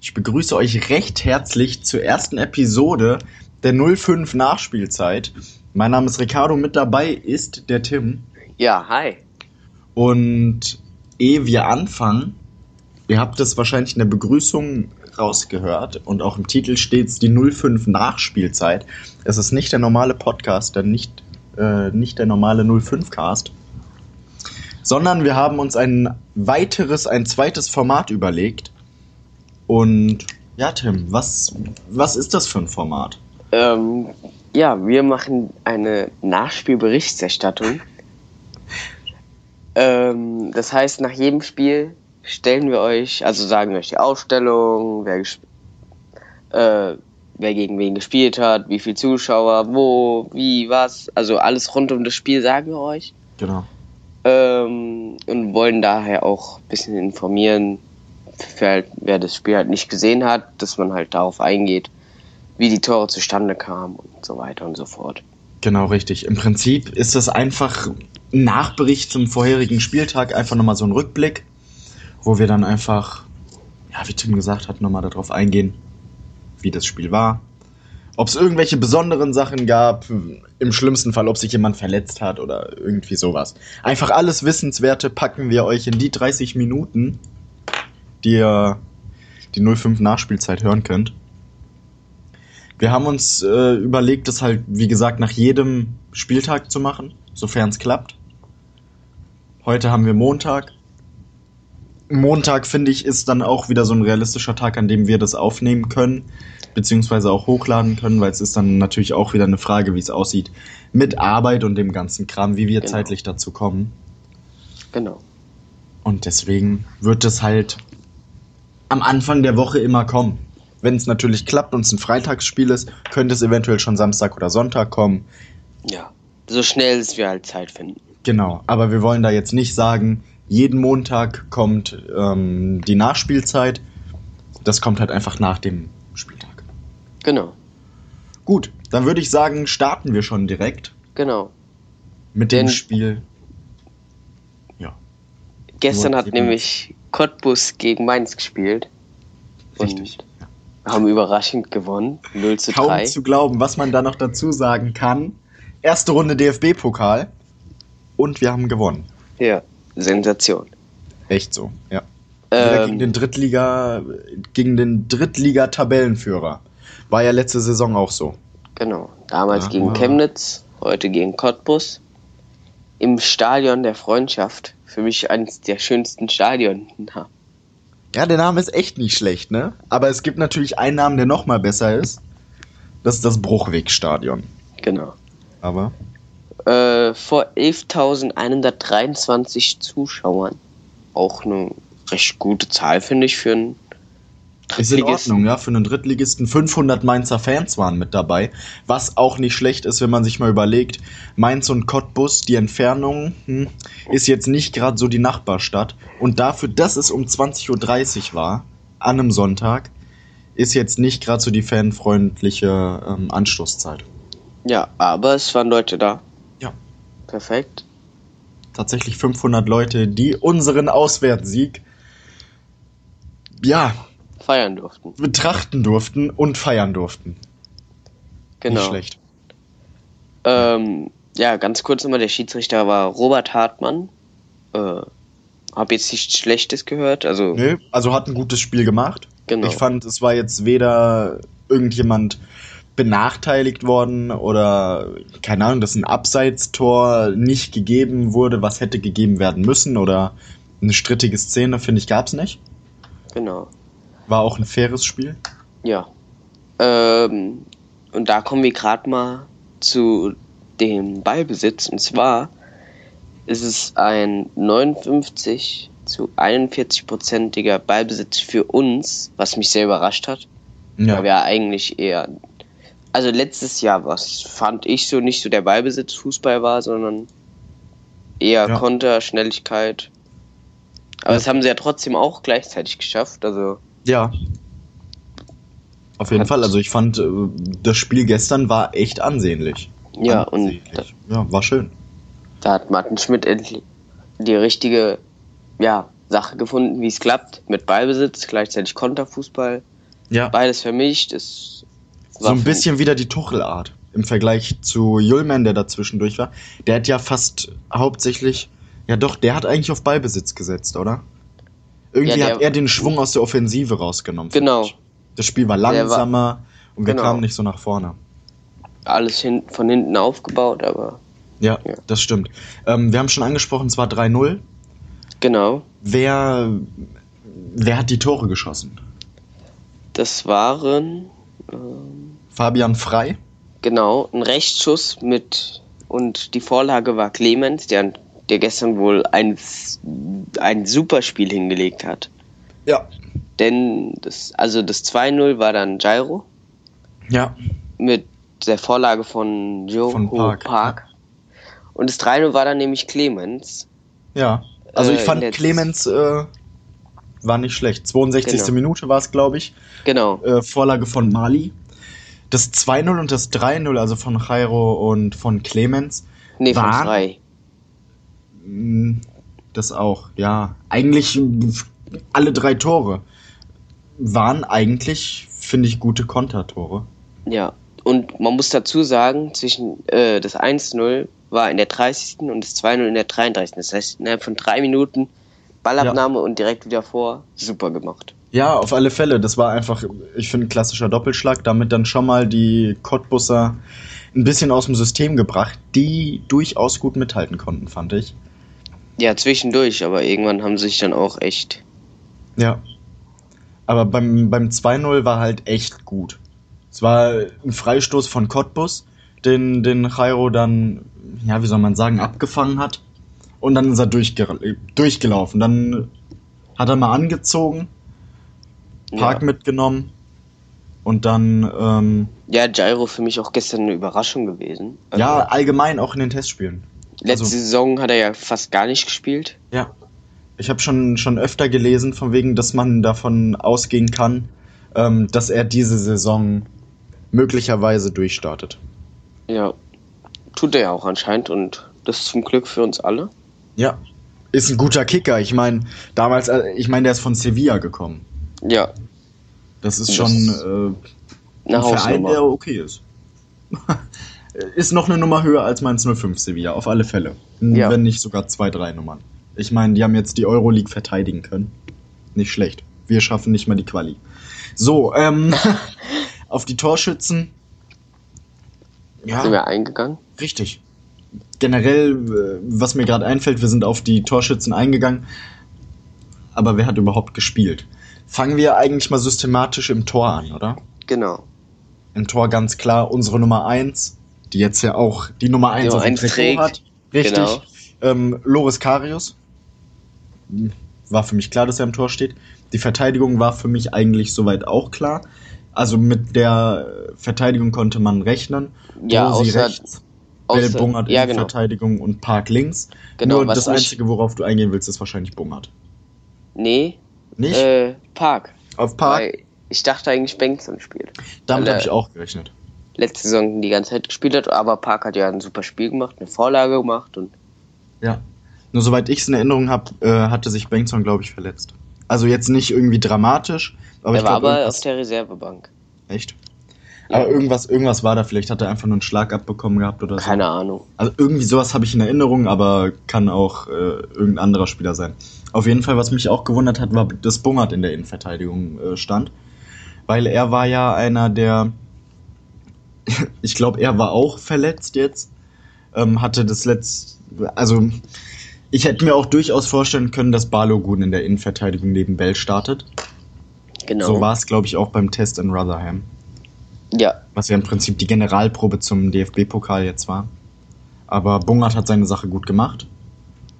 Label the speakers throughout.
Speaker 1: Ich begrüße euch recht herzlich zur ersten Episode der 05 Nachspielzeit. Mein Name ist Ricardo, mit dabei ist der Tim.
Speaker 2: Ja, hi.
Speaker 1: Und ehe wir anfangen, ihr habt es wahrscheinlich in der Begrüßung rausgehört und auch im Titel steht es die 05 Nachspielzeit. Es ist nicht der normale Podcast, der nicht, äh, nicht der normale 05-Cast, sondern wir haben uns ein weiteres, ein zweites Format überlegt. Und ja, Tim, was, was ist das für ein Format?
Speaker 2: Ähm, ja, wir machen eine Nachspielberichterstattung. ähm, das heißt, nach jedem Spiel stellen wir euch, also sagen wir euch die Aufstellung, wer, gesp- äh, wer gegen wen gespielt hat, wie viele Zuschauer, wo, wie, was. Also alles rund um das Spiel sagen wir euch.
Speaker 1: Genau.
Speaker 2: Ähm, und wollen daher auch ein bisschen informieren, für halt, wer das Spiel halt nicht gesehen hat, dass man halt darauf eingeht, wie die Tore zustande kamen und so weiter und so fort.
Speaker 1: Genau, richtig. Im Prinzip ist das einfach ein Nachbericht zum vorherigen Spieltag, einfach nochmal so ein Rückblick, wo wir dann einfach, ja, wie Tim gesagt hat, nochmal darauf eingehen, wie das Spiel war. Ob es irgendwelche besonderen Sachen gab, im schlimmsten Fall, ob sich jemand verletzt hat oder irgendwie sowas. Einfach alles Wissenswerte packen wir euch in die 30 Minuten, die ihr die 05 Nachspielzeit hören könnt. Wir haben uns äh, überlegt, das halt, wie gesagt, nach jedem Spieltag zu machen, sofern es klappt. Heute haben wir Montag. Montag, finde ich, ist dann auch wieder so ein realistischer Tag, an dem wir das aufnehmen können, beziehungsweise auch hochladen können, weil es ist dann natürlich auch wieder eine Frage, wie es aussieht mit Arbeit und dem ganzen Kram, wie wir
Speaker 2: Genau.
Speaker 1: zeitlich dazu kommen.
Speaker 2: Genau.
Speaker 1: Und deswegen wird es halt am Anfang der Woche immer kommen. Wenn es natürlich klappt und es ein Freitagsspiel ist, könnte es eventuell schon Samstag oder Sonntag kommen.
Speaker 2: Ja. So schnell es wir halt Zeit finden.
Speaker 1: Genau, aber wir wollen da jetzt nicht sagen, jeden Montag kommt ähm, die Nachspielzeit. Das kommt halt einfach nach dem Spieltag.
Speaker 2: Genau.
Speaker 1: Gut, dann würde ich sagen, starten wir schon direkt
Speaker 2: Genau.
Speaker 1: mit dem
Speaker 2: Denn-
Speaker 1: Spiel.
Speaker 2: Gestern
Speaker 1: Nur
Speaker 2: hat
Speaker 1: sieht man
Speaker 2: nämlich Cottbus gegen Mainz gespielt.
Speaker 1: Richtig.
Speaker 2: Und haben überraschend gewonnen. 0 zu
Speaker 1: Kaum
Speaker 2: 3.
Speaker 1: zu glauben, was man da noch dazu sagen kann. Erste Runde DFB-Pokal und wir haben gewonnen.
Speaker 2: ja. Sensation.
Speaker 1: Echt so, ja. Wieder gegen den
Speaker 2: Ähm,
Speaker 1: Drittliga, gegen den Drittliga-Tabellenführer. War ja letzte Saison auch so.
Speaker 2: genau. Damals
Speaker 1: Ja.
Speaker 2: gegen Chemnitz, heute gegen Cottbus. Im Stadion der Freundschaft. Für mich eines der schönsten Stadion. Na,
Speaker 1: Ja, der Name ist echt nicht schlecht, ne? Aber es gibt natürlich einen Namen, der noch mal besser ist. Das ist das Bruchwegstadion.
Speaker 2: genau.
Speaker 1: Aber
Speaker 2: Äh, vor 11.123 Zuschauern. Auch eine recht gute Zahl, finde ich, für einen
Speaker 1: ist in
Speaker 2: Drittligisten.
Speaker 1: Ordnung, ja. Für einen Drittligisten 500 Mainzer Fans waren mit dabei. Was auch nicht schlecht ist, wenn man sich mal überlegt, Mainz und Cottbus, die Entfernung hm, ist jetzt nicht gerade so die Nachbarstadt. Und dafür, dass es um 20.30 Uhr war, an einem Sonntag, ist jetzt nicht gerade so die fanfreundliche ähm, Anstoßzeit.
Speaker 2: Ja, aber es waren Leute da.
Speaker 1: Ja.
Speaker 2: Perfekt.
Speaker 1: tatsächlich 500 Leute, die unseren Auswärtssieg ja,
Speaker 2: Feiern durften.
Speaker 1: betrachten durften und feiern durften.
Speaker 2: Genau.
Speaker 1: Nicht schlecht.
Speaker 2: Ähm, ja, ganz kurz nochmal, der Schiedsrichter war Robert Hartmann. Äh, hab jetzt nichts Schlechtes gehört, also
Speaker 1: Nö, also hat ein gutes Spiel gemacht.
Speaker 2: genau.
Speaker 1: Ich fand, es war jetzt weder irgendjemand benachteiligt worden oder keine Ahnung, dass ein Abseitstor nicht gegeben wurde, was hätte gegeben werden müssen oder eine strittige Szene, finde ich, gab's nicht.
Speaker 2: genau.
Speaker 1: War auch ein faires Spiel.
Speaker 2: Ja. Ähm, und da kommen wir gerade mal zu dem Ballbesitz. Und zwar ist es ein 59 zu 41-prozentiger Ballbesitz für uns, was mich sehr überrascht hat. Weil wir eigentlich eher. Also letztes Jahr was fand ich so nicht so der Ballbesitz Fußball war, sondern eher
Speaker 1: Ja.
Speaker 2: Konter, Schnelligkeit. Aber
Speaker 1: Ja.
Speaker 2: das haben sie ja trotzdem auch gleichzeitig geschafft. Also
Speaker 1: Ja. Auf jeden
Speaker 2: Hat-
Speaker 1: Fall. Also ich fand, äh, das Spiel gestern war echt ansehnlich.
Speaker 2: ja, und da,
Speaker 1: Ansehnlich. ja, war schön.
Speaker 2: da hat Martin Schmidt endlich die richtige, ja, Sache gefunden, wie es klappt. Mit Ballbesitz, gleichzeitig Konterfußball.
Speaker 1: Ja,
Speaker 2: Beides vermischt. Es
Speaker 1: so ein bisschen wieder die Tuchel-Art im Vergleich zu Julman, der dazwischendurch war. Der hat ja fast hauptsächlich, ja doch, der hat eigentlich auf Ballbesitz gesetzt, oder? Irgendwie
Speaker 2: Ja, der-
Speaker 1: hat er den Schwung aus der Offensive rausgenommen. finde
Speaker 2: Genau.
Speaker 1: ich. Das Spiel war
Speaker 2: war-
Speaker 1: langsamer und wir
Speaker 2: Genau.
Speaker 1: kamen nicht so nach vorne.
Speaker 2: alles hin, von hinten aufgebaut, aber
Speaker 1: Ja,
Speaker 2: Ja.
Speaker 1: das stimmt. Ähm, wir haben schon angesprochen, es war 3-0.
Speaker 2: genau.
Speaker 1: Wer, wer hat die Tore geschossen?
Speaker 2: Das waren ähm,
Speaker 1: Fabian Frei?
Speaker 2: genau ein Rechtsschuss mit und die Vorlage war Clemens, der, der gestern wohl ein, ein super Spiel hingelegt hat.
Speaker 1: Ja.
Speaker 2: Denn das, also das 2-0 war dann Gyro
Speaker 1: Ja,
Speaker 2: mit der Vorlage von Joe
Speaker 1: Von
Speaker 2: Park.
Speaker 1: Park,
Speaker 2: Und das 3-0 war dann nämlich Clemens.
Speaker 1: ja. Also
Speaker 2: Äh,
Speaker 1: ich fand
Speaker 2: letzt-
Speaker 1: Clemens äh, war nicht schlecht. 62.
Speaker 2: Genau.
Speaker 1: Minute war es, glaube ich.
Speaker 2: Genau.
Speaker 1: Äh, Vorlage von Mali. Das 2-0 und das 3-0, also von Jairo und von Clemens,
Speaker 2: Nee, von
Speaker 1: Waren-
Speaker 2: frei.
Speaker 1: mh, das auch, ja. Eigentlich mh, alle drei Tore waren eigentlich, finde ich, gute Kontertore.
Speaker 2: Ja. Und man muss dazu sagen, zwischen äh, das 1-0 war in der 30. und das 2-0 in der 33. Das heißt, innerhalb von drei Minuten Ballabnahme und direkt wieder vor. Super gemacht.
Speaker 1: Ja, auf alle Fälle. Das war einfach, ich finde, ein klassischer Doppelschlag, damit dann schon mal die Cottbusser ein bisschen aus dem System gebracht, die durchaus gut mithalten konnten, fand ich.
Speaker 2: Ja, zwischendurch, aber irgendwann haben sie sich dann auch echt.
Speaker 1: Ja. Aber beim, beim 2-0 war halt echt gut. Es war ein Freistoß von Cottbus, den, den Jairo dann, ja, wie soll man sagen, abgefangen hat. Und dann ist er durchger äh, durchgelaufen. Dann hat er mal angezogen, Park
Speaker 2: Ja.
Speaker 1: mitgenommen und dann, ähm,
Speaker 2: ja, Gyro für mich auch gestern eine Überraschung gewesen. Also,
Speaker 1: ja, allgemein auch in den Testspielen.
Speaker 2: Letzte
Speaker 1: also-
Speaker 2: Saison hat er ja fast gar nicht gespielt.
Speaker 1: Ja. Ich habe schon, schon öfter gelesen, von wegen, dass man davon ausgehen kann, ähm, dass er diese Saison möglicherweise durchstartet.
Speaker 2: Ja, tut er ja auch anscheinend und das ist zum Glück für uns alle.
Speaker 1: Ja. Ist ein guter Kicker. Ich meine, damals, äh, ich meine, der ist von Sevilla gekommen.
Speaker 2: Ja,
Speaker 1: Das ist
Speaker 2: Das
Speaker 1: schon äh,
Speaker 2: eine
Speaker 1: ein Verein, der
Speaker 2: Hausnummer.
Speaker 1: okay ist. ist noch eine Nummer höher als meins 05 Sevilla, auf alle Fälle. N-
Speaker 2: Ja.
Speaker 1: Wenn nicht sogar zwei, drei Nummern. Ich meine, die haben jetzt die Euroleague verteidigen können. Nicht schlecht. Wir schaffen nicht mal die Quali. So, ähm, auf die Torschützen.
Speaker 2: Sind
Speaker 1: Ja,
Speaker 2: wir eingegangen?
Speaker 1: richtig. Generell, äh, was mir gerade einfällt, wir sind auf die Torschützen eingegangen. Aber wer hat überhaupt gespielt? Fangen wir eigentlich mal systematisch im Tor an, oder?
Speaker 2: Genau.
Speaker 1: im Tor ganz klar unsere Nummer 1, die jetzt ja auch die Nummer 1
Speaker 2: Nummer
Speaker 1: auf dem
Speaker 2: 1
Speaker 1: Trikot
Speaker 2: trägt.
Speaker 1: hat. Richtig.
Speaker 2: Genau.
Speaker 1: Ähm, Loris Karius. Hm, War für mich klar, dass er im Tor steht. Die Verteidigung war für mich eigentlich soweit auch klar. Also mit der Verteidigung konnte man rechnen.
Speaker 2: Ja,
Speaker 1: Rosi
Speaker 2: außer-
Speaker 1: rechts, Bell
Speaker 2: Außer-
Speaker 1: Bungert
Speaker 2: ja,
Speaker 1: in
Speaker 2: genau.
Speaker 1: Verteidigung und Park links.
Speaker 2: Genau,
Speaker 1: Nur
Speaker 2: was
Speaker 1: das
Speaker 2: mich-
Speaker 1: Einzige, worauf du eingehen willst, ist wahrscheinlich Bungert.
Speaker 2: Nee,
Speaker 1: Nicht?
Speaker 2: äh, Park.
Speaker 1: Auf Park,
Speaker 2: Weil ich dachte eigentlich, Bengtson spielt.
Speaker 1: damit
Speaker 2: weil,
Speaker 1: habe
Speaker 2: äh,
Speaker 1: ich auch gerechnet.
Speaker 2: Letzte Saison die ganze Zeit gespielt hat, aber Park hat ja ein super Spiel gemacht, eine Vorlage gemacht und
Speaker 1: Ja. Nur soweit ich es in Erinnerung habe, äh, hatte sich Bengtson, glaube ich, verletzt. Also jetzt nicht irgendwie dramatisch, aber
Speaker 2: er
Speaker 1: ich
Speaker 2: war
Speaker 1: glaube,
Speaker 2: aber
Speaker 1: irgendwas...
Speaker 2: auf der Reservebank.
Speaker 1: Echt?
Speaker 2: Ja.
Speaker 1: Aber irgendwas, irgendwas war da. Vielleicht hat er einfach nur einen Schlag abbekommen gehabt oder so.
Speaker 2: Keine Ahnung.
Speaker 1: Also irgendwie sowas habe ich in Erinnerung, aber kann auch äh, irgendein anderer Spieler sein. Auf jeden Fall, was mich auch gewundert hat, war, dass Bungert in der Innenverteidigung äh, stand. Weil er war ja einer der. ich glaube, er war auch verletzt jetzt. Ähm, hatte das letzte. Also, ich hätte mir auch durchaus vorstellen können, dass Balogun in der Innenverteidigung neben Bell startet.
Speaker 2: Genau.
Speaker 1: So war es, glaube ich, auch beim Test in Rotherham
Speaker 2: Ja,
Speaker 1: was ja im Prinzip die Generalprobe zum DFB-Pokal jetzt war. Aber Bungert hat seine Sache gut gemacht.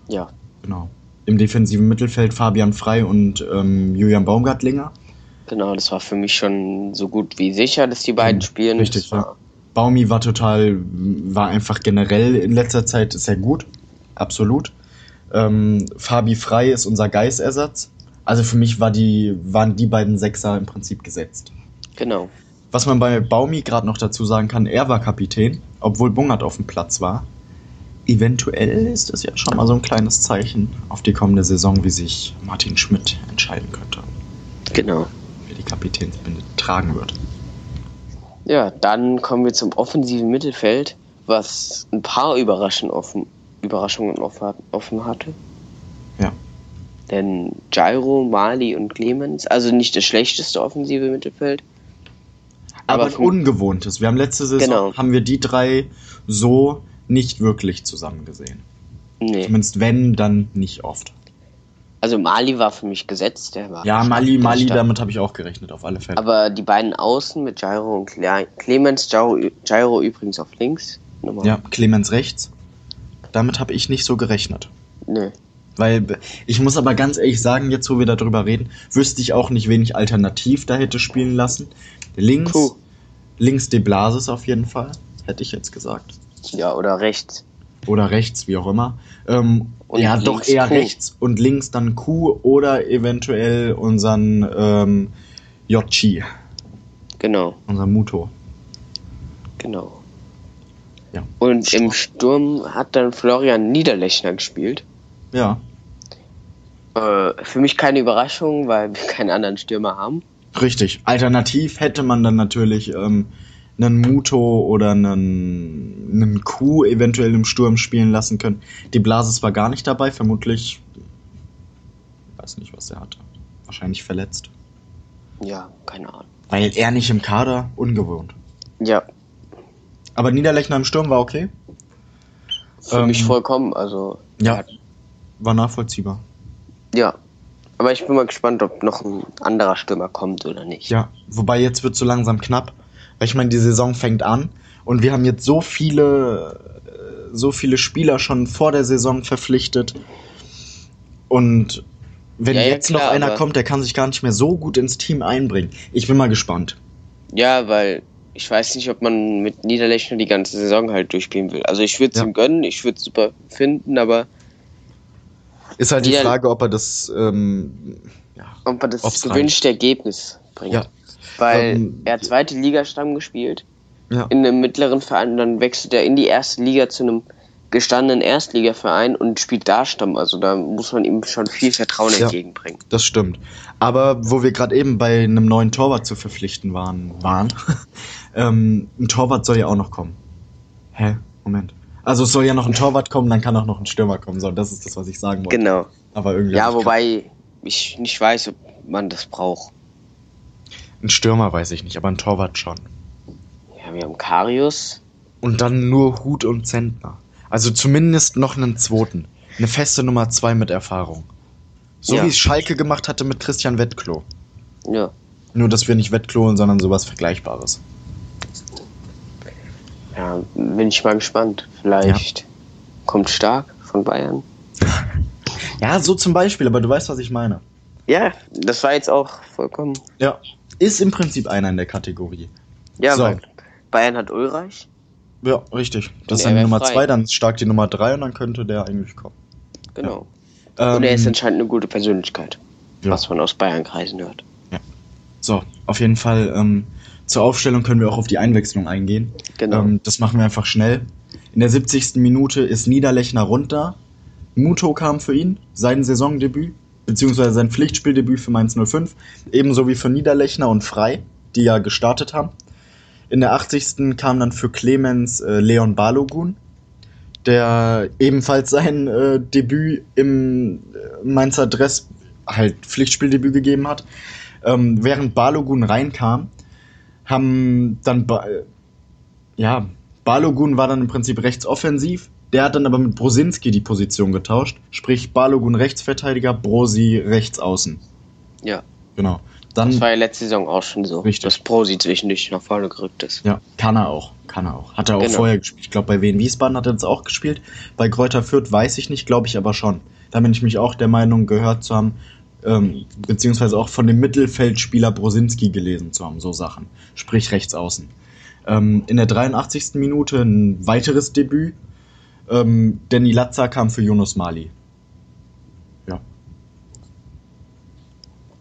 Speaker 2: ja.
Speaker 1: Genau. Im defensiven Mittelfeld Fabian Frei und ähm, Julian Baumgartlinger.
Speaker 2: Genau, das war für mich schon so gut wie sicher, dass die beiden
Speaker 1: Mhm,
Speaker 2: spielen.
Speaker 1: richtig,
Speaker 2: Das war,
Speaker 1: Baumi war total, war einfach generell in letzter Zeit sehr gut. Absolut. Ähm, Fabi Frei ist unser Geißersatz. Also für mich war die, waren die beiden Sechser im Prinzip gesetzt.
Speaker 2: Genau.
Speaker 1: Was man bei Baumi gerade noch dazu sagen kann, er war Kapitän, obwohl Bungert auf dem Platz war. eventuell ist es ja schon mal so ein kleines Zeichen auf die kommende Saison, wie sich Martin Schmidt entscheiden könnte,
Speaker 2: Genau.
Speaker 1: wer die Kapitänsbinde tragen wird.
Speaker 2: Ja, dann kommen wir zum offensiven Mittelfeld, was ein paar Überraschungen offen, Überraschungen offen, offen hatte.
Speaker 1: Ja.
Speaker 2: Denn Gyro, Mali und Clemens, also nicht das schlechteste offensive Mittelfeld.
Speaker 1: Aber,
Speaker 2: Aber
Speaker 1: ein
Speaker 2: für-
Speaker 1: ungewohntes. Wir haben letzte Saison
Speaker 2: Genau.
Speaker 1: haben wir die drei so nicht wirklich zusammen gesehen.
Speaker 2: Nee.
Speaker 1: Zumindest wenn, dann nicht oft.
Speaker 2: Also Mali war für mich gesetzt, der war.
Speaker 1: Ja, Mali, Mali,
Speaker 2: stark.
Speaker 1: damit habe ich auch gerechnet, auf alle Fälle.
Speaker 2: Aber die beiden Außen mit Gyro und Cle Clemens, Gyro, Gyro übrigens auf links. Nochmal.
Speaker 1: ja, Clemens rechts. Damit habe ich nicht so gerechnet.
Speaker 2: Nee.
Speaker 1: Weil b- ich muss aber ganz ehrlich sagen, jetzt wo wir darüber reden, wüsste ich auch nicht, wen ich alternativ da hätte spielen lassen. Links,
Speaker 2: Cool.
Speaker 1: links De Blasis auf jeden Fall, hätte ich jetzt gesagt.
Speaker 2: Ja, oder rechts.
Speaker 1: Oder rechts, wie auch immer. Ähm,
Speaker 2: Und
Speaker 1: ja,
Speaker 2: links
Speaker 1: doch eher
Speaker 2: Kuh.
Speaker 1: rechts und links dann Q oder eventuell unseren ähm, Yochi,
Speaker 2: Genau,
Speaker 1: unseren Muto.
Speaker 2: genau.
Speaker 1: Ja.
Speaker 2: Und
Speaker 1: Sturm.
Speaker 2: im Sturm hat dann Florian Niederlechner gespielt.
Speaker 1: Ja,
Speaker 2: Äh, für mich keine Überraschung, weil wir keinen anderen Stürmer haben.
Speaker 1: richtig. Alternativ hätte man dann natürlich ähm, einen Muto oder einen, einen Q eventuell im Sturm spielen lassen können. Die Blasis war gar nicht dabei, vermutlich. Weiß nicht, was er hatte. Wahrscheinlich verletzt.
Speaker 2: Ja, keine Ahnung.
Speaker 1: Weil er nicht im Kader, ungewohnt.
Speaker 2: Ja,
Speaker 1: Aber Niederlechner im Sturm war okay.
Speaker 2: für
Speaker 1: Ähm,
Speaker 2: mich vollkommen. Also,
Speaker 1: Ja, war nachvollziehbar.
Speaker 2: ja. Aber ich bin mal gespannt, ob noch ein anderer Stürmer kommt oder nicht.
Speaker 1: Ja, wobei jetzt wird so langsam knapp, weil ich meine, die Saison fängt an und wir haben jetzt so viele, äh, so viele Spieler schon vor der Saison verpflichtet und wenn
Speaker 2: Ja, ja,
Speaker 1: jetzt noch
Speaker 2: klar,
Speaker 1: einer
Speaker 2: aber-
Speaker 1: kommt, der kann sich gar nicht mehr so gut ins Team einbringen. Ich bin mal gespannt.
Speaker 2: Ja, weil ich weiß nicht, ob man mit Niederlechner die ganze Saison halt durchspielen will. Also, ich würde es
Speaker 1: Ja.
Speaker 2: ihm gönnen, ich würde es super finden, aber
Speaker 1: Ist halt die
Speaker 2: Ja.
Speaker 1: Frage, ob er das, ähm, ja,
Speaker 2: ob man das
Speaker 1: Ob's
Speaker 2: gewünschte Ergebnis bringt.
Speaker 1: Ja.
Speaker 2: Weil
Speaker 1: Ähm,
Speaker 2: er hat zweite Liga Stamm gespielt.
Speaker 1: ja,
Speaker 2: in einem mittleren Verein und dann wechselt er in die erste Liga zu einem gestandenen Erstligaverein und spielt da Stamm. Also da muss man ihm schon viel Vertrauen
Speaker 1: Ja.
Speaker 2: entgegenbringen.
Speaker 1: das stimmt. Aber wo wir gerade eben bei einem neuen Torwart zu verpflichten waren, waren ähm, ein Torwart soll ja auch noch kommen. Hä? Moment. Also es soll ja noch ein Torwart kommen, dann kann auch noch ein Stürmer kommen. So, das ist das, was ich sagen wollte.
Speaker 2: Genau.
Speaker 1: Aber irgendwie
Speaker 2: Ja,
Speaker 1: hab ich
Speaker 2: wobei ich nicht weiß, ob man das braucht.
Speaker 1: keinen- ein Stürmer weiß ich nicht, aber ein Torwart schon.
Speaker 2: Ja, wir haben Karius.
Speaker 1: Und dann nur Hut und Zentner. Also zumindest noch einen zweiten. Eine feste Nummer zwei mit Erfahrung. So
Speaker 2: Ja.
Speaker 1: wie es Schalke gemacht hatte mit Christian Wettklo.
Speaker 2: Ja.
Speaker 1: Nur, dass wir nicht Wettkloen, sondern sowas Vergleichbares.
Speaker 2: ja, bin ich mal gespannt. Vielleicht kommt Stark von Bayern.
Speaker 1: Ja, so zum Beispiel, aber du weißt, was ich meine.
Speaker 2: Ja, das war jetzt auch vollkommen.
Speaker 1: Ja. Ist im Prinzip einer in der Kategorie.
Speaker 2: Ja,
Speaker 1: So.
Speaker 2: weil Bayern hat Ulreich.
Speaker 1: Ja, richtig. Das ist
Speaker 2: er
Speaker 1: dann die
Speaker 2: wär
Speaker 1: Nummer
Speaker 2: frei.
Speaker 1: zwei, dann stark die Nummer drei und dann könnte der eigentlich kommen.
Speaker 2: Genau.
Speaker 1: Ähm,
Speaker 2: Und er ist anscheinend eine gute Persönlichkeit,
Speaker 1: ja.
Speaker 2: was man aus Bayern-Kreisen hört.
Speaker 1: So, auf jeden Fall ähm, zur Aufstellung können wir auch auf die Einwechslung eingehen.
Speaker 2: Genau.
Speaker 1: Ähm, das machen wir einfach schnell. In der 70. Minute ist Niederlechner runter. Muto kam für ihn, sein Saisondebüt, beziehungsweise sein Pflichtspieldebüt für Mainz 05, ebenso wie für Niederlechner und Frei, die ja gestartet haben. In der 80. kam dann für Clemens äh, Leon Balogun, der ebenfalls sein äh, Debüt im äh, Mainzer Dress, halt Pflichtspieldebüt gegeben hat. Ähm, während Balogun reinkam, haben dann ba ja, Balogun war dann im Prinzip rechtsoffensiv. Der hat dann aber mit Brosinski die Position getauscht. Sprich, Balogun Rechtsverteidiger, Brosi Rechtsaußen.
Speaker 2: Ja.
Speaker 1: Genau. Dann
Speaker 2: Das war ja letzte Saison auch schon so,
Speaker 1: Richtig.
Speaker 2: dass Prosi zwischendurch nach vorne gerückt ist.
Speaker 1: Ja, kann er auch. Kann er auch. Hat er auch
Speaker 2: Genau.
Speaker 1: vorher gespielt. Ich glaube, bei Wien Wiesbaden hat er das auch gespielt. Bei Kräuter Fürth weiß ich nicht, glaube ich aber schon. Da bin ich mich auch der Meinung gehört zu haben, ähm, beziehungsweise auch von dem Mittelfeldspieler Brosinski gelesen zu haben, so Sachen. Sprich rechts außen. Ähm, in der 83. Minute ein weiteres Debüt. Ähm, Danny Latza kam für Jonas Mali. Ja.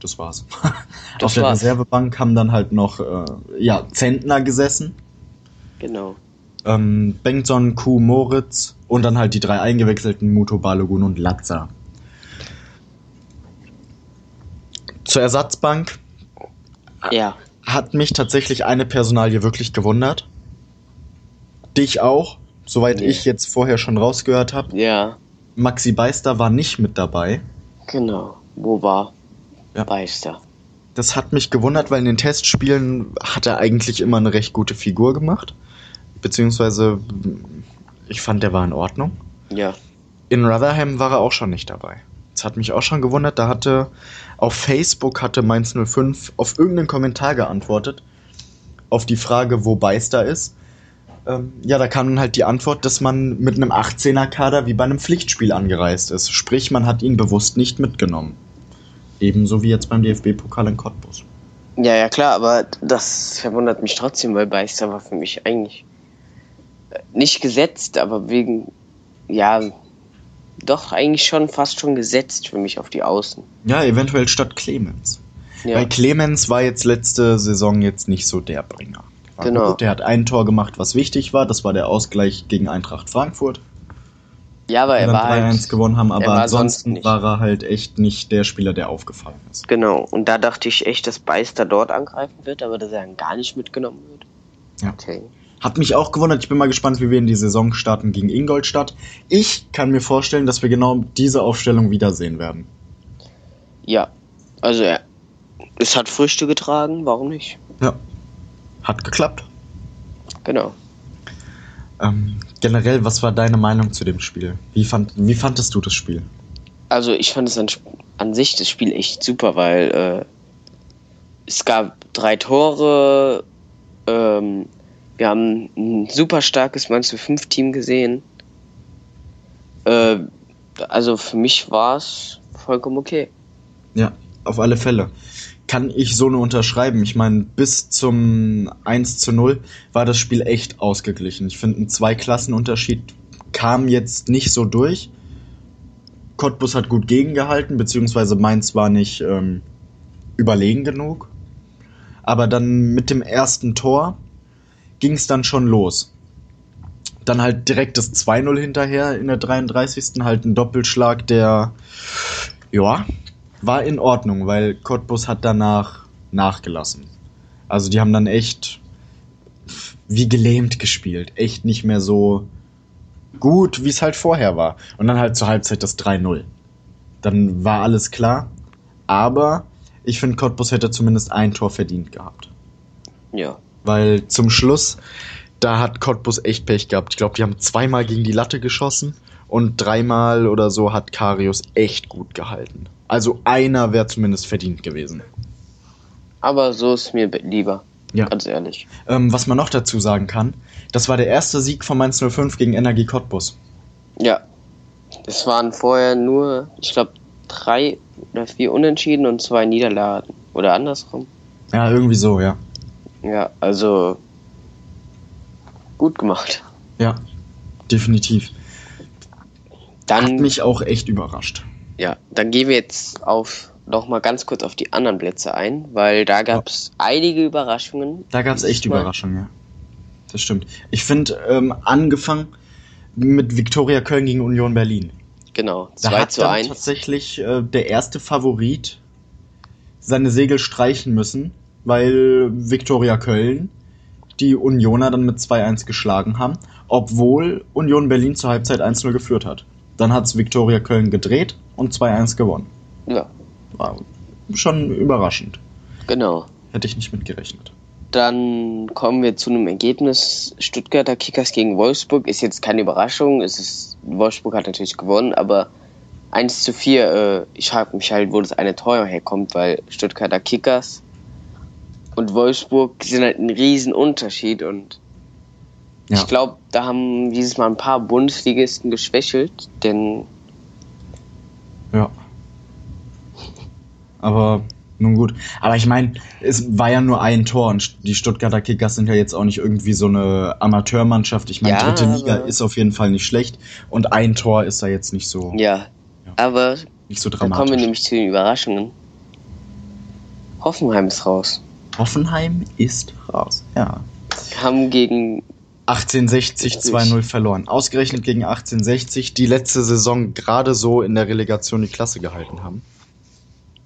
Speaker 1: Das war's.
Speaker 2: Das
Speaker 1: Auf der
Speaker 2: war's.
Speaker 1: Reservebank haben dann halt noch äh, ja, Zentner gesessen.
Speaker 2: Genau.
Speaker 1: ähm, Bengtson, Kuh, Moritz und dann halt die drei eingewechselten Muto, Balogun und Latza. Zur Ersatzbank
Speaker 2: Ja.
Speaker 1: hat mich tatsächlich eine Personalie wirklich gewundert. Dich auch, soweit
Speaker 2: Nee.
Speaker 1: ich jetzt vorher schon rausgehört habe.
Speaker 2: Ja,
Speaker 1: Maxi Beister war nicht mit dabei.
Speaker 2: genau. Wo war
Speaker 1: Ja.
Speaker 2: Beister?
Speaker 1: Das hat mich gewundert, weil in den Testspielen hat er eigentlich immer eine recht gute Figur gemacht. Beziehungsweise, ich fand, der war in Ordnung.
Speaker 2: Ja.
Speaker 1: In Rotherham war er auch schon nicht dabei. Das hat mich auch schon gewundert. Da hatte auf Facebook hatte Mainz 05 auf irgendeinen Kommentar geantwortet. Auf die Frage, wo Beister ist. Ähm, ja, da kam dann halt die Antwort, dass man mit einem 18er-Kader wie bei einem Pflichtspiel angereist ist. Sprich, man hat ihn bewusst nicht mitgenommen. Ebenso wie jetzt beim DFB-Pokal in Cottbus.
Speaker 2: Ja, ja, klar, aber das verwundert mich trotzdem, weil Beister war für mich eigentlich äh, nicht gesetzt, aber wegen, ja, doch eigentlich schon fast schon gesetzt für mich auf die Außen.
Speaker 1: Ja, eventuell statt Clemens.
Speaker 2: Ja,
Speaker 1: Weil Clemens war jetzt letzte Saison jetzt nicht so der Bringer. War
Speaker 2: Genau.
Speaker 1: Gut, der hat ein Tor gemacht, was wichtig war. Das war der Ausgleich gegen Eintracht Frankfurt.
Speaker 2: ja aber
Speaker 1: Die
Speaker 2: er
Speaker 1: dann
Speaker 2: war
Speaker 1: 3-1
Speaker 2: halt,
Speaker 1: gewonnen haben, aber
Speaker 2: war sonst
Speaker 1: ansonsten
Speaker 2: nicht.
Speaker 1: war er halt echt nicht der Spieler, der aufgefallen ist.
Speaker 2: genau, und da dachte ich echt, dass Beister dort angreifen wird, aber dass er dann gar nicht mitgenommen wird.
Speaker 1: Ja.
Speaker 2: Okay.
Speaker 1: Hat mich auch gewundert. Ich bin mal gespannt, wie wir in die Saison starten gegen Ingolstadt. Ich kann mir vorstellen, dass wir genau diese Aufstellung wiedersehen werden.
Speaker 2: Ja, also ja, es hat Früchte getragen, warum nicht?
Speaker 1: Ja. Hat geklappt.
Speaker 2: Genau.
Speaker 1: Ähm, generell, was war deine Meinung zu dem Spiel? Wie, fand, wie fandest du das Spiel?
Speaker 2: Also ich fand es an, an sich das Spiel echt super, weil äh, es gab drei Tore, ähm, wir haben ein super starkes Mann zu 5 Team gesehen. Äh, also für mich war es vollkommen okay.
Speaker 1: Ja, auf alle Fälle. Kann ich so nur unterschreiben. Ich meine, bis zum 1 zu 0 war das Spiel echt ausgeglichen. Ich finde, ein Zweiklassenunterschied kam jetzt nicht so durch. Cottbus hat gut gegengehalten, beziehungsweise Mainz war nicht ähm, überlegen genug. Aber dann mit dem ersten Tor ging es dann schon los. Dann halt direkt das 2-0 hinterher in der 33. halt ein Doppelschlag, der ja, war in Ordnung, weil Cottbus hat danach nachgelassen. Also die haben dann echt wie gelähmt gespielt. Echt nicht mehr so gut, wie es halt vorher war. Und dann halt zur Halbzeit das 3-0. Dann war alles klar. Aber ich finde, Cottbus hätte zumindest ein Tor verdient gehabt.
Speaker 2: Ja.
Speaker 1: Weil zum Schluss, da hat Cottbus echt Pech gehabt. Ich glaube, die haben zweimal gegen die Latte geschossen und dreimal oder so hat Karius echt gut gehalten. Also einer wäre zumindest verdient gewesen.
Speaker 2: Aber so ist mir be- lieber,
Speaker 1: Ja.
Speaker 2: ganz ehrlich.
Speaker 1: Ähm, was man noch dazu sagen kann, das war der erste Sieg von Mainz 05 gegen Energie Cottbus.
Speaker 2: Ja. Es waren vorher nur, ich glaube, drei oder vier Unentschieden und zwei Niederlagen. Oder andersrum.
Speaker 1: Ja, irgendwie so, ja.
Speaker 2: Ja, also gut gemacht.
Speaker 1: Ja, definitiv. Hat
Speaker 2: Dann,
Speaker 1: mich auch echt überrascht.
Speaker 2: ja, dann gehen wir jetzt auf noch mal ganz kurz auf die anderen Plätze ein, weil da gab es einige Überraschungen.
Speaker 1: Da gab es echt
Speaker 2: Diesmal.
Speaker 1: Überraschungen, ja. Das stimmt. Ich finde, ähm, angefangen mit Viktoria Köln gegen Union Berlin.
Speaker 2: Genau, 2
Speaker 1: Da hat
Speaker 2: zu
Speaker 1: dann
Speaker 2: 1.
Speaker 1: tatsächlich äh, der erste Favorit seine Segel streichen müssen, weil Viktoria Köln die Unioner dann mit 2-1 geschlagen haben, obwohl Union Berlin zur Halbzeit 1-0 geführt hat. Dann hat es Viktoria Köln gedreht und 2-1 gewonnen.
Speaker 2: Ja,
Speaker 1: War schon überraschend.
Speaker 2: genau.
Speaker 1: Hätte ich nicht mitgerechnet.
Speaker 2: Dann kommen wir zu einem Ergebnis. Stuttgarter Kickers gegen Wolfsburg ist jetzt keine Überraschung. Es ist, Wolfsburg hat natürlich gewonnen, aber 1 zu 4, äh, ich frage mich halt, wo das eine Tor herkommt, weil Stuttgarter Kickers und Wolfsburg sind halt ein Riesenunterschied und
Speaker 1: Ja.
Speaker 2: ich glaube, da haben dieses Mal ein paar Bundesligisten geschwächelt, denn
Speaker 1: Ja. Aber nun gut. Aber ich meine, es war ja nur ein Tor und die Stuttgarter Kickers sind ja jetzt auch nicht irgendwie so eine Amateurmannschaft. Ich meine,
Speaker 2: Ja,
Speaker 1: dritte Liga
Speaker 2: aber-
Speaker 1: ist auf jeden Fall nicht schlecht und ein Tor ist da jetzt nicht so, Ja.
Speaker 2: ja. Aber
Speaker 1: nicht so
Speaker 2: dann kommen wir
Speaker 1: dramatisch.
Speaker 2: nämlich zu den Überraschungen. Hoffenheim ist raus.
Speaker 1: Hoffenheim ist raus. Ja.
Speaker 2: haben gegen
Speaker 1: 1860
Speaker 2: Richtig.
Speaker 1: 2-0 verloren. Ausgerechnet gegen 1860, die letzte Saison gerade so in der Relegation die Klasse gehalten haben.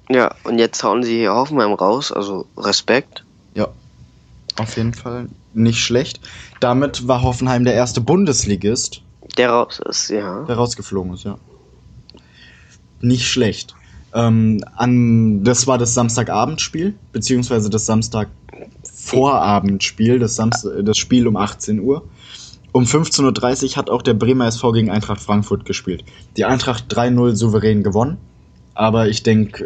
Speaker 2: Ja, und jetzt hauen sie hier Hoffenheim raus, also Respekt.
Speaker 1: Auf jeden Fall nicht schlecht. Damit war Hoffenheim der erste Bundesligist,
Speaker 2: Der raus ist, ja.
Speaker 1: der rausgeflogen ist, ja. Nicht schlecht. Ähm, an, das war das Samstagabendspiel, beziehungsweise das Samstagvorabendspiel, das, Samst das Spiel um 18 Uhr. Um 15.30 Uhr hat auch der Bremer SV gegen Eintracht Frankfurt gespielt. Die Eintracht 3-0 souverän gewonnen, aber ich denke,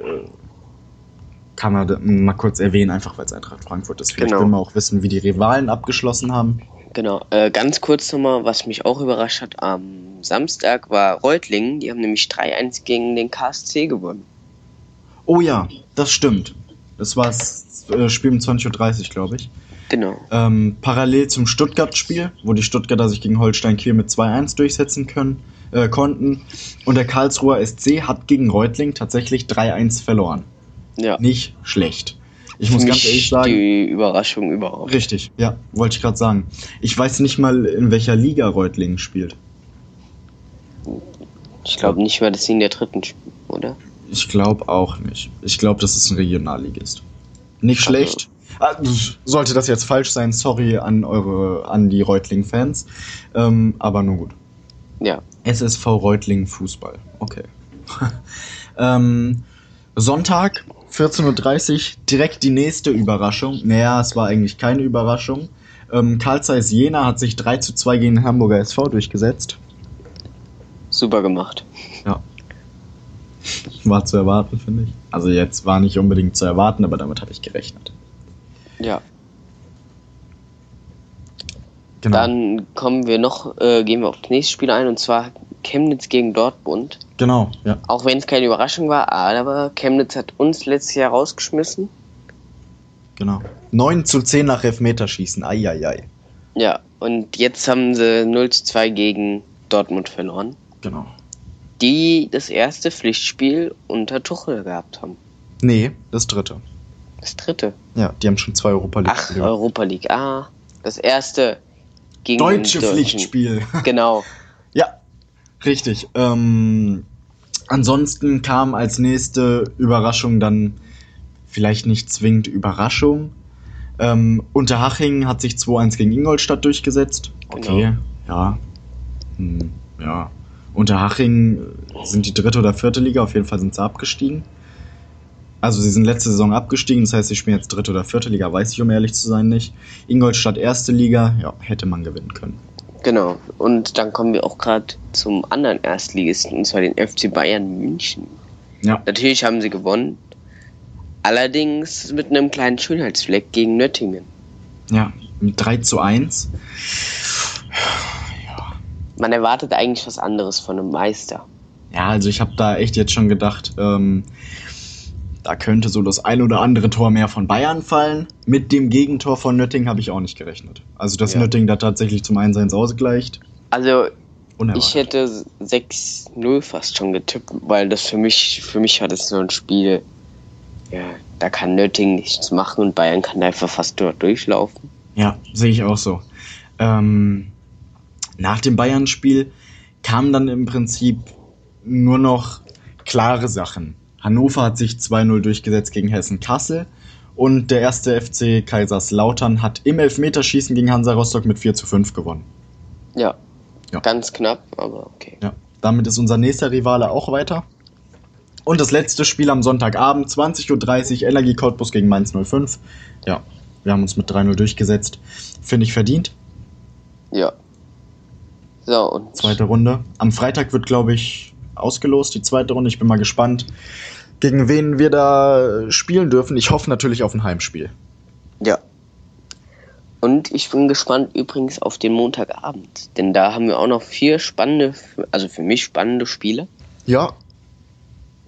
Speaker 1: kann man da mal kurz erwähnen, einfach weil es Eintracht Frankfurt ist. Vielleicht
Speaker 2: Genau.
Speaker 1: will man auch wissen, wie die Rivalen abgeschlossen haben.
Speaker 2: Genau. Äh, ganz kurz nochmal, was mich auch überrascht hat, am Samstag war Reutlingen, die haben nämlich 3-1 gegen den KSC gewonnen.
Speaker 1: Oh ja, das stimmt. Das war das äh, Spiel um 20.30 Uhr, glaube ich.
Speaker 2: Genau.
Speaker 1: Ähm, parallel zum Stuttgart-Spiel, wo die Stuttgarter sich gegen Holstein Kiel mit 2-1 durchsetzen können, äh, konnten. Und der Karlsruher SC hat gegen Reutling tatsächlich 3-1 verloren.
Speaker 2: Ja.
Speaker 1: Nicht schlecht. Ich
Speaker 2: Für
Speaker 1: muss
Speaker 2: mich
Speaker 1: ganz ehrlich sagen,
Speaker 2: Die Überraschung überhaupt.
Speaker 1: richtig, ja, wollte ich gerade sagen. Ich weiß nicht mal, in welcher Liga Reutlingen spielt.
Speaker 2: Ich glaube nicht mehr, dass sie in der dritten spielen, oder?
Speaker 1: Ich glaube auch nicht. Ich glaube, dass es ein Regionalligist. Nicht
Speaker 2: Also-
Speaker 1: schlecht. Ah, pf, Sollte das jetzt falsch sein, sorry an eure, an die Reutling-Fans. Ähm, aber nun gut.
Speaker 2: Ja.
Speaker 1: SSV Reutlingen Fußball. Okay. ähm, Sonntag, 14.30 Uhr, direkt die nächste Überraschung. Naja, es war eigentlich keine Überraschung. Ähm, Karl Zeiss Jena hat sich 3 zu 2 gegen den Hamburger SV durchgesetzt.
Speaker 2: Super gemacht.
Speaker 1: War zu erwarten, finde ich. Also jetzt war nicht unbedingt zu erwarten, aber damit habe ich gerechnet.
Speaker 2: Ja.
Speaker 1: Genau.
Speaker 2: Dann kommen wir noch, äh, gehen wir auf das nächste Spiel ein und zwar Chemnitz gegen Dortmund.
Speaker 1: genau, ja.
Speaker 2: Auch wenn es keine Überraschung war, aber Chemnitz hat uns letztes Jahr rausgeschmissen.
Speaker 1: Genau. 9 zu 10 nach Elfmeterschießen. Eieiei.
Speaker 2: Ja, und jetzt haben sie 0 zu 2 gegen Dortmund verloren,
Speaker 1: Genau.
Speaker 2: die das erste Pflichtspiel unter Tuchel gehabt haben.
Speaker 1: Nee, das dritte.
Speaker 2: Das dritte.
Speaker 1: Ja, die haben schon zwei Europa League.
Speaker 2: Ach, Europa League. Ah, das erste gegen den
Speaker 1: Deutsche
Speaker 2: Deutschen.
Speaker 1: Pflichtspiel.
Speaker 2: Genau.
Speaker 1: Ja, richtig. Ähm, ansonsten kam als nächste Überraschung dann vielleicht nicht zwingend Überraschung. Ähm, Unterhaching hat sich 2-1 gegen Ingolstadt durchgesetzt. Okay, ja. Hm, ja. Unterhaching äh, sind die dritte oder vierte Liga, auf jeden Fall sind sie abgestiegen. Also sie sind letzte Saison abgestiegen, das heißt, sie spielen jetzt dritte oder vierte Liga, weiß ich, um ehrlich zu sein, nicht. Ingolstadt erste Liga, ja, hätte man gewinnen können.
Speaker 2: Genau. Und dann kommen wir auch gerade zum anderen Erstligisten, und zwar den FC Bayern München.
Speaker 1: Ja.
Speaker 2: Natürlich haben sie gewonnen. Allerdings mit einem kleinen Schönheitsfleck gegen Nöttingen.
Speaker 1: Ja, mit 3 zu 1.
Speaker 2: Man erwartet eigentlich was anderes von einem Meister.
Speaker 1: Ja, also ich habe da echt jetzt schon gedacht, ähm, da könnte so das ein oder andere Tor mehr von Bayern fallen. Mit dem Gegentor von Nötting habe ich auch nicht gerechnet. Also, dass
Speaker 2: Ja.
Speaker 1: Nötting da tatsächlich zum 1-1 ausgleicht.
Speaker 2: Also
Speaker 1: Unerwartet.
Speaker 2: ich hätte 6-0 fast schon getippt, weil das für mich, für mich war das so ein Spiel, ja, da kann Nöttingen nichts machen und Bayern kann einfach fast dort durchlaufen.
Speaker 1: Ja, sehe ich auch so. Ähm, nach dem Bayern-Spiel kamen dann im Prinzip nur noch klare Sachen. Hannover hat sich 2-0 durchgesetzt gegen Hessen-Kassel und der erste FC Kaiserslautern hat im Elfmeterschießen gegen Hansa Rostock mit 4 zu 5 gewonnen.
Speaker 2: Ja,
Speaker 1: Ja.
Speaker 2: ganz knapp, aber okay.
Speaker 1: Ja, damit ist unser nächster Rivale auch weiter. Und das letzte Spiel am Sonntagabend, 20.30 Uhr, Energie Cottbus gegen Mainz 05. Ja, wir haben uns mit 3-0 durchgesetzt. Finde ich verdient.
Speaker 2: Ja. So, und
Speaker 1: Zweite Runde. Am Freitag wird, glaube ich, ausgelost, die zweite Runde. Ich bin mal gespannt, gegen wen wir da äh, spielen dürfen. Ich hoffe natürlich auf ein Heimspiel.
Speaker 2: ja. Und ich bin gespannt übrigens auf den Montagabend, denn da haben wir auch noch vier spannende, also für mich spannende Spiele.
Speaker 1: Ja,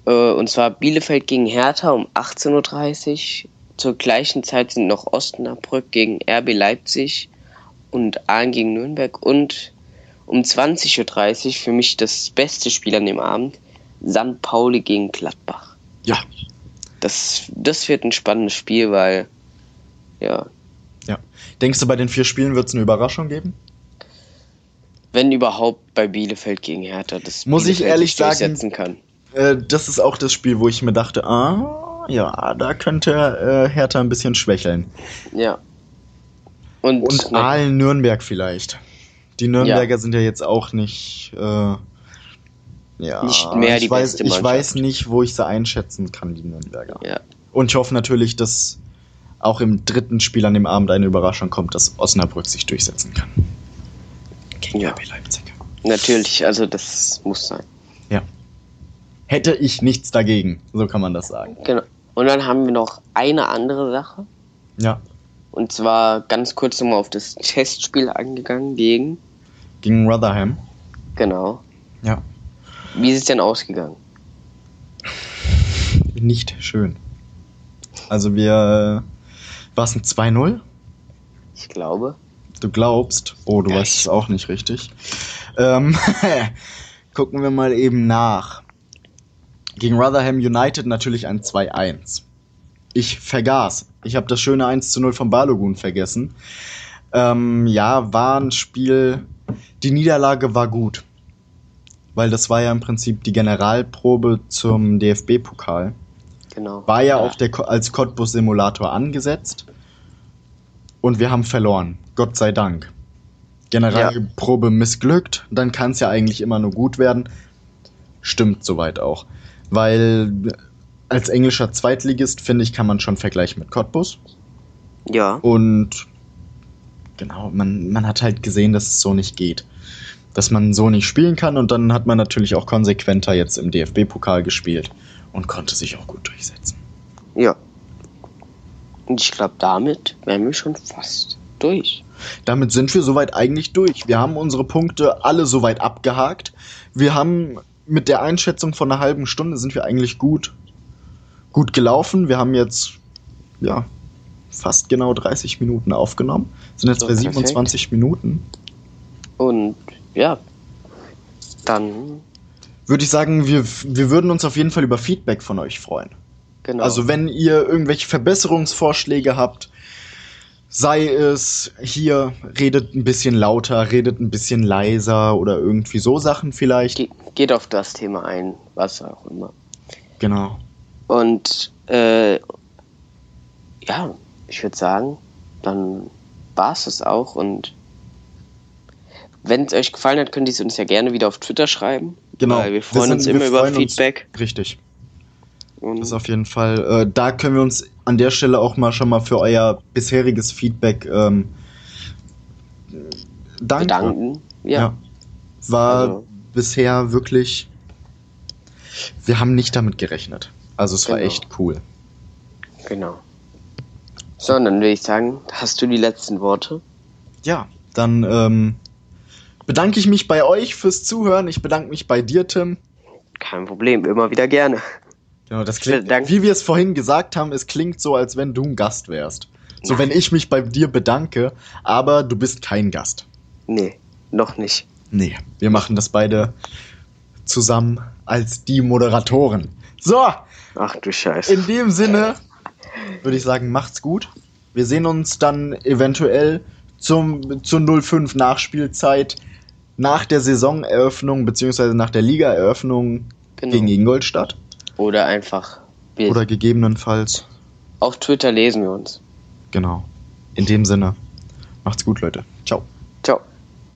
Speaker 2: Äh, und zwar Bielefeld gegen Hertha um 18.30 Uhr. Zur gleichen Zeit sind noch Osnabrück gegen RB Leipzig und Aalen gegen Nürnberg. Und um 20.30 Uhr für mich das beste Spiel an dem Abend, St. Pauli gegen Gladbach.
Speaker 1: ja,
Speaker 2: Das, das wird ein spannendes Spiel, weil, ja,
Speaker 1: ja. Denkst du, bei den vier Spielen wird es eine Überraschung geben?
Speaker 2: Wenn überhaupt bei Bielefeld gegen Hertha. Das
Speaker 1: Muss ich
Speaker 2: Bielefeld
Speaker 1: ehrlich
Speaker 2: sich
Speaker 1: sagen,
Speaker 2: durchsetzen Kann.
Speaker 1: Äh, das ist auch das Spiel, wo ich mir dachte, ah, ja, da könnte äh, Hertha ein bisschen schwächeln.
Speaker 2: Ja. Und,
Speaker 1: Und
Speaker 2: na-
Speaker 1: Aalen Nürnberg vielleicht. Die Nürnberger sind ja jetzt auch nicht. Äh, ja,
Speaker 2: Nicht mehr
Speaker 1: ich
Speaker 2: die
Speaker 1: weiß,
Speaker 2: beste
Speaker 1: Ich weiß
Speaker 2: Mannschaft.
Speaker 1: nicht, wo ich sie einschätzen kann, die Nürnberger.
Speaker 2: ja.
Speaker 1: Und ich hoffe natürlich, dass auch im dritten Spiel an dem Abend eine Überraschung kommt, dass Osnabrück sich durchsetzen kann. Gegen
Speaker 2: Ja.
Speaker 1: RB Leipzig.
Speaker 2: Natürlich, also das muss sein.
Speaker 1: Hätte ich nichts dagegen, so kann man das sagen.
Speaker 2: Genau. Und dann haben wir noch eine andere Sache.
Speaker 1: Ja.
Speaker 2: Und zwar ganz kurz nochmal auf das Testspiel angegangen gegen.
Speaker 1: Gegen Rotherham.
Speaker 2: Genau.
Speaker 1: Ja.
Speaker 2: Wie ist es denn ausgegangen?
Speaker 1: Nicht schön. Also wir. War es ein 2-0?
Speaker 2: Ich glaube.
Speaker 1: Du glaubst. Oh, du
Speaker 2: Ja,
Speaker 1: weißt
Speaker 2: ich-
Speaker 1: es auch nicht richtig. Ähm, gucken wir mal eben nach. Gegen Rotherham United natürlich ein 2-1. Ich vergaß. Ich habe das schöne 1-0 von Balogun vergessen. Ähm, ja, war ein Spiel. Die Niederlage war gut. Weil das war ja im Prinzip die Generalprobe zum DFB-Pokal.
Speaker 2: Genau.
Speaker 1: War ja auch der, Ko- als Cottbus-Simulator angesetzt. Und wir haben verloren. Gott sei Dank. Generalprobe missglückt. Dann kann es ja eigentlich immer nur gut werden. Stimmt soweit auch. Weil als englischer Zweitligist, finde ich, kann man schon vergleichen mit Cottbus.
Speaker 2: Ja.
Speaker 1: Und genau, man, man hat halt gesehen, dass es so nicht geht. Dass man so nicht spielen kann. Und dann hat man natürlich auch konsequenter jetzt im DFB-Pokal gespielt und konnte sich auch gut durchsetzen.
Speaker 2: Ja. Und ich glaube, damit wären wir schon fast durch.
Speaker 1: Damit sind wir soweit eigentlich durch. Wir haben unsere Punkte alle soweit abgehakt. Wir haben mit der Einschätzung von einer halben Stunde sind wir eigentlich gut, gut gelaufen. Wir haben jetzt, ja, fast genau 30 Minuten aufgenommen. Sind jetzt bei
Speaker 2: Perfekt.
Speaker 1: 27 Minuten.
Speaker 2: Und ja. Dann.
Speaker 1: Würde ich sagen, wir, wir würden uns auf jeden Fall über Feedback von euch freuen.
Speaker 2: Genau.
Speaker 1: Also wenn ihr irgendwelche Verbesserungsvorschläge habt, sei es hier, redet ein bisschen lauter, redet ein bisschen leiser oder irgendwie so Sachen vielleicht.
Speaker 2: Ge geht auf das Thema ein, was auch immer.
Speaker 1: Genau.
Speaker 2: Und äh, ja, ich würde sagen, dann war es es auch. Und wenn es euch gefallen hat, könnt ihr es uns ja gerne wieder auf Twitter schreiben.
Speaker 1: Genau.
Speaker 2: Weil wir freuen uns
Speaker 1: sind-
Speaker 2: immer
Speaker 1: wir
Speaker 2: über
Speaker 1: freuen uns-
Speaker 2: Feedback. Mhm.
Speaker 1: Richtig.
Speaker 2: Und
Speaker 1: Das auf jeden Fall. Äh, da können wir uns an der Stelle auch mal schon mal für euer bisheriges Feedback ähm, danken.
Speaker 2: bedanken. Ja.
Speaker 1: War
Speaker 2: Also-
Speaker 1: bisher wirklich. Wir haben nicht damit gerechnet. Also es war
Speaker 2: Genau.
Speaker 1: echt cool.
Speaker 2: genau. So, und dann würde ich sagen, hast du die letzten Worte?
Speaker 1: ja, dann ähm, bedanke ich mich bei euch fürs Zuhören. Ich bedanke mich bei dir, Tim.
Speaker 2: Kein Problem, immer wieder gerne.
Speaker 1: Genau, das klingt,
Speaker 2: Bedank-
Speaker 1: wie wir es vorhin gesagt haben, es klingt so, als wenn du ein Gast wärst. So, wenn ich mich bei dir bedanke, aber du bist kein Gast.
Speaker 2: Nee, noch nicht.
Speaker 1: Nee, wir machen das beide zusammen als die Moderatoren. So,
Speaker 2: Ach du Scheiße.
Speaker 1: in dem Sinne würde ich sagen, macht's gut. Wir sehen uns dann eventuell zum, zur 05 Nachspielzeit nach der Saisoneröffnung beziehungsweise nach der Ligaeröffnung
Speaker 2: Genau.
Speaker 1: gegen Ingolstadt
Speaker 2: Oder einfach, wir,
Speaker 1: oder gegebenenfalls
Speaker 2: auf Twitter lesen wir uns.
Speaker 1: genau. In dem Sinne, macht's gut, Leute. Ciao.